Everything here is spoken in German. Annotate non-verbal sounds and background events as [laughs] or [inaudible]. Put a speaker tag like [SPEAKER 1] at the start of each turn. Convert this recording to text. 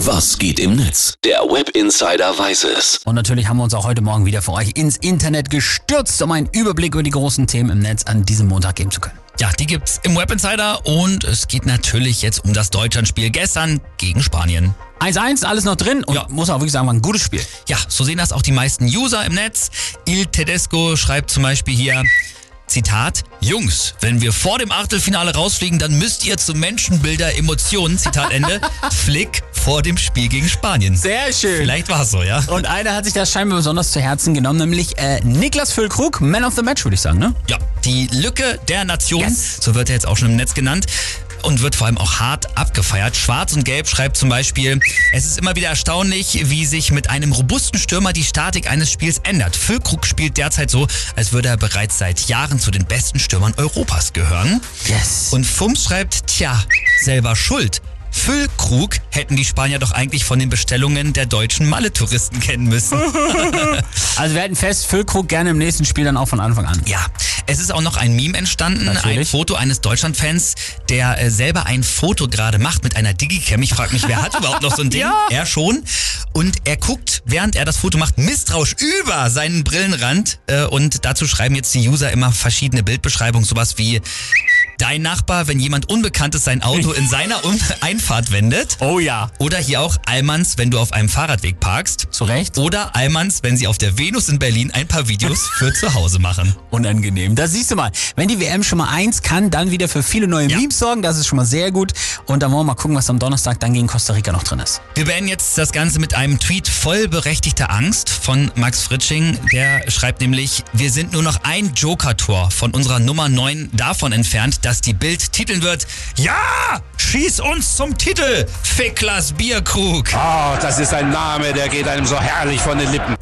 [SPEAKER 1] Was geht im Netz? Der Web Insider weiß es.
[SPEAKER 2] Und natürlich haben wir uns auch heute Morgen wieder für euch ins Internet gestürzt, um einen Überblick über die großen Themen im Netz an diesem Montag geben zu können.
[SPEAKER 3] Ja, die gibt's im Web Insider und es geht natürlich jetzt um das Deutschlandspiel gestern gegen Spanien.
[SPEAKER 2] 1-1, alles noch drin und
[SPEAKER 3] Ja.
[SPEAKER 2] muss auch wirklich sagen, war ein gutes Spiel.
[SPEAKER 3] Ja, so sehen das auch die meisten User im Netz. Il Tedesco schreibt zum Beispiel hier, Zitat, Jungs, wenn wir vor dem Achtelfinale rausfliegen, dann müsst ihr zu Menschenbilder, Emotionen, Zitat Ende, Flick vor dem Spiel gegen Spanien.
[SPEAKER 2] Sehr schön.
[SPEAKER 3] Vielleicht war's so, ja?
[SPEAKER 2] Und einer hat sich das scheinbar besonders zu Herzen genommen, nämlich äh, Niklas Füllkrug, Man of the Match, würde ich sagen, ne?
[SPEAKER 3] Ja, die Lücke der Nation,
[SPEAKER 2] Yes.
[SPEAKER 3] so wird er jetzt auch schon im Netz genannt. Und wird vor allem auch hart abgefeiert. Schwarz und Gelb schreibt zum Beispiel, es ist immer wieder erstaunlich, wie sich mit einem robusten Stürmer die Statik eines Spiels ändert. Füllkrug spielt derzeit so, als würde er bereits seit Jahren zu den besten Stürmern Europas gehören.
[SPEAKER 2] Yes. Und
[SPEAKER 3] Und Fums schreibt, tja, selber schuld. Füllkrug hätten die Spanier doch eigentlich von den Bestellungen der deutschen Malle-Touristen kennen müssen.
[SPEAKER 2] also wir halten fest, Füllkrug gerne im nächsten Spiel dann auch von Anfang an.
[SPEAKER 3] Ja, es ist auch noch ein Meme entstanden, ein
[SPEAKER 2] Natürlich.
[SPEAKER 3] Foto eines Deutschland-Fans, der äh, selber ein Foto gerade macht mit einer Digicam. Ich frage mich,
[SPEAKER 2] [laughs]
[SPEAKER 3] wer hat überhaupt noch so ein Ding?
[SPEAKER 2] Ja.
[SPEAKER 3] Er schon. Und er guckt, während er das Foto macht, misstrauisch über seinen Brillenrand. Äh, und dazu schreiben jetzt die User immer verschiedene Bildbeschreibungen, sowas wie dein Nachbar, wenn jemand Unbekanntes sein Auto in seiner Un Einfahrt wendet.
[SPEAKER 2] Oh ja.
[SPEAKER 3] Oder hier auch Almans, wenn du auf einem Fahrradweg parkst.
[SPEAKER 2] Zu Recht.
[SPEAKER 3] Oder Almans, wenn sie auf der Venus in Berlin ein
[SPEAKER 2] [laughs]
[SPEAKER 3] paar Videos für zu Hause machen.
[SPEAKER 2] Unangenehm. Das siehst du mal. Wenn die WM schon mal eins kann, dann wieder für viele neue
[SPEAKER 3] Ja.
[SPEAKER 2] Memes sorgen. Das ist schon mal sehr gut. Und dann wollen wir mal gucken, was am Donnerstag dann gegen Costa Rica noch drin ist.
[SPEAKER 3] Wir beenden jetzt das Ganze mit einem Tweet voll berechtigter Angst von Max Fritsching. Der schreibt nämlich, wir sind nur noch ein Joker-Tor von unserer Nummer 9 davon entfernt, dass die Bild titeln wird, ja, schieß uns zum Titel, Ficklers Bierkrug.
[SPEAKER 4] Oh, das ist ein Name, der geht einem so herrlich von den Lippen.